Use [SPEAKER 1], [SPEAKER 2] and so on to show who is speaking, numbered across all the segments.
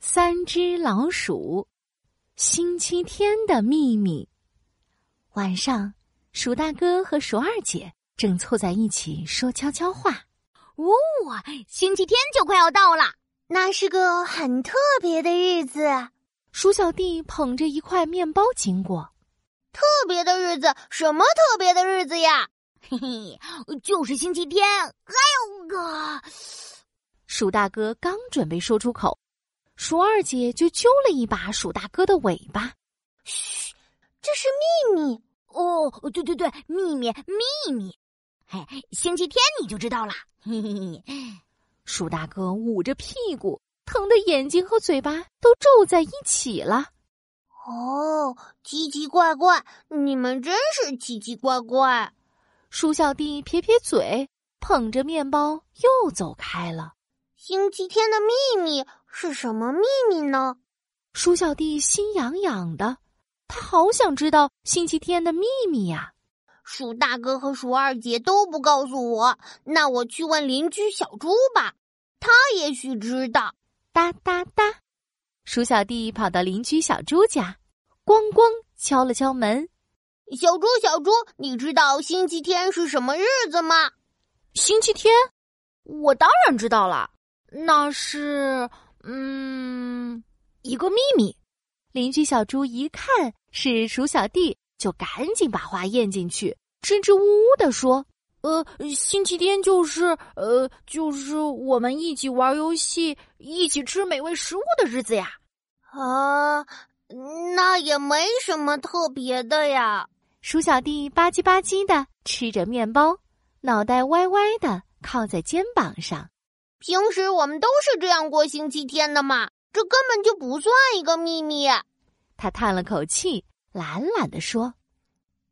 [SPEAKER 1] 三只老鼠，星期天的秘密。晚上，鼠大哥和鼠二姐正凑在一起说悄悄话。
[SPEAKER 2] 哦，星期天就快要到了，
[SPEAKER 3] 那是个很特别的日子。
[SPEAKER 1] 鼠小弟捧着一块面包经过。
[SPEAKER 3] 特别的日子？什么特别的日子呀？
[SPEAKER 2] 嘿嘿， 就是星期天。还有个……
[SPEAKER 1] 鼠大哥刚准备说出口，鼠二姐就揪了一把鼠大哥的尾巴。
[SPEAKER 3] 嘘，这是秘密
[SPEAKER 2] 哦！对对对，秘密秘密。哎，星期天你就知道了。 嘿嘿嘿，
[SPEAKER 1] 鼠大哥捂着屁股，疼得眼睛和嘴巴都皱在一起了。
[SPEAKER 3] 哦，奇奇怪怪，你们真是奇奇怪怪。
[SPEAKER 1] 鼠小弟撇撇嘴，捧着面包又走开了。
[SPEAKER 3] 星期天的秘密是什么秘密呢？
[SPEAKER 1] 鼠小弟心痒痒的，他好想知道星期天的秘密呀、
[SPEAKER 3] 啊。鼠大哥和鼠二姐都不告诉我，那我去问邻居小猪吧，他也许知道。
[SPEAKER 1] 哒哒哒。鼠小弟跑到邻居小猪家，咣咣敲了敲门。
[SPEAKER 3] 小猪，小猪，你知道星期天是什么日子吗？
[SPEAKER 4] 星期天，我当然知道了，那是嗯一个秘密。
[SPEAKER 1] 邻居小猪一看是鼠小弟，就赶紧把话咽进去，支支吾吾的说：“
[SPEAKER 4] 呃，星期天就是呃就是我们一起玩游戏。”一起吃美味食物的日子呀！
[SPEAKER 3] 啊，那也没什么特别的呀。
[SPEAKER 1] 鼠小弟吧唧吧唧的吃着面包，脑袋歪歪的靠在肩膀上。
[SPEAKER 3] 平时我们都是这样过星期天的嘛，这根本就不算一个秘密。
[SPEAKER 1] 他叹了口气，懒懒的说：“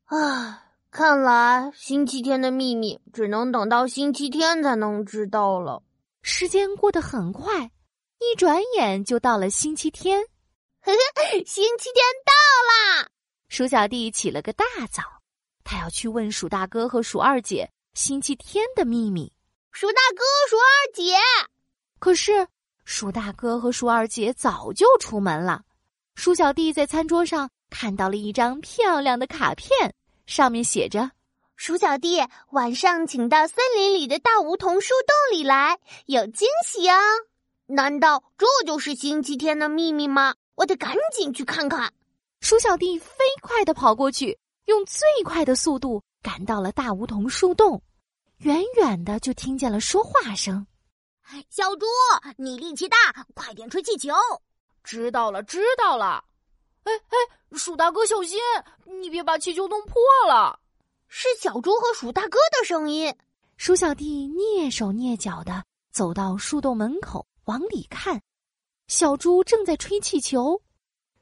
[SPEAKER 3] 啊，看来星期天的秘密只能等到星期天才能知道了。”
[SPEAKER 1] 时间过得很快。一转眼就到了星期天，
[SPEAKER 3] 星期天到啦！
[SPEAKER 1] 鼠小弟起了个大早，他要去问鼠大哥和鼠二姐星期天的秘密。
[SPEAKER 3] 鼠大哥，鼠二姐，
[SPEAKER 1] 可是鼠大哥和鼠二姐早就出门了。鼠小弟在餐桌上看到了一张漂亮的卡片，上面写着。
[SPEAKER 3] 鼠小弟，晚上请到森林里的大梧桐树洞里来，有惊喜哦！难道这就是星期天的秘密吗？我得赶紧去看看。
[SPEAKER 1] 鼠小弟飞快的跑过去，用最快的速度赶到了大梧桐树洞，远远的就听见了说话声：“
[SPEAKER 2] 小猪，你力气大，快点吹气球！”
[SPEAKER 4] 知道了，知道了。哎哎，鼠大哥，小心，你别把气球弄破了。
[SPEAKER 3] 是小猪和鼠大哥的声音。
[SPEAKER 1] 鼠小弟蹑手蹑脚的走到树洞门口，往里看，小猪正在吹气球，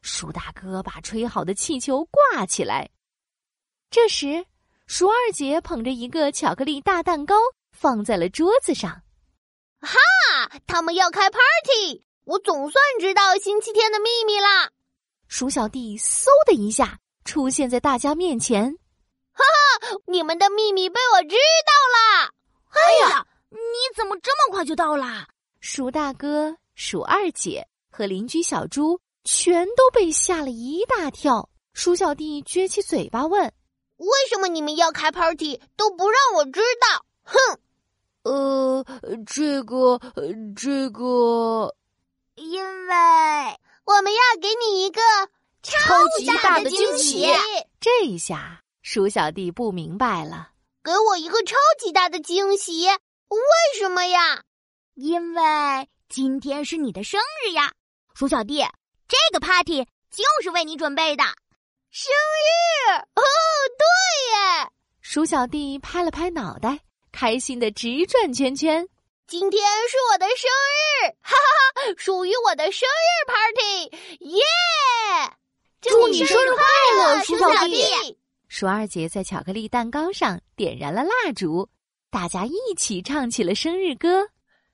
[SPEAKER 1] 鼠大哥把吹好的气球挂起来。这时，鼠二姐捧着一个巧克力大蛋糕放在了桌子上。
[SPEAKER 3] 哈！啊他们要开 party，我总算知道星期天的秘密啦！
[SPEAKER 1] 鼠小弟嗖的一下出现在大家面前。
[SPEAKER 3] 哈哈，你们的秘密被我知道了！
[SPEAKER 2] 哎呀，你怎么这么快就到啦？
[SPEAKER 1] 鼠大哥、鼠二姐和邻居小猪全都被吓了一大跳。鼠小弟撅起嘴巴问：“
[SPEAKER 3] 为什么你们要开 party 都不让我知道？”哼！
[SPEAKER 4] 呃，这个，
[SPEAKER 1] 呃
[SPEAKER 4] 这个，
[SPEAKER 2] 因为
[SPEAKER 3] 我们要给你一个
[SPEAKER 4] 超级
[SPEAKER 3] 大
[SPEAKER 4] 的
[SPEAKER 3] 惊喜。
[SPEAKER 1] 这一下。鼠小弟不明白了，
[SPEAKER 3] 给我一个超级大的惊喜！为什么呀？
[SPEAKER 2] 因为今天是你的生日呀，鼠小弟，这个 party 就是为你准备的。
[SPEAKER 3] 生日哦，对耶！
[SPEAKER 1] 鼠小弟拍了拍脑袋，开心的直转圈圈。
[SPEAKER 3] 今天是我的生日，哈哈哈，属于我的生日 party，耶、yeah!！
[SPEAKER 4] 祝你生日快乐，鼠小
[SPEAKER 3] 弟！
[SPEAKER 1] 鼠二姐在巧克力蛋糕上点燃了蜡烛，大家一起唱起了生日歌：“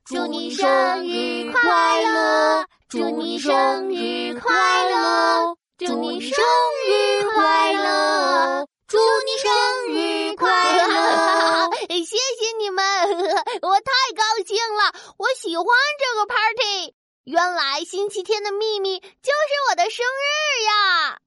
[SPEAKER 5] 祝你生日快乐，祝你生日快乐，祝你生日快乐，祝你生日快乐！”
[SPEAKER 3] 谢 谢你们，我太高兴了，我喜欢这个 party。原来星期天的秘密就是我的生日呀！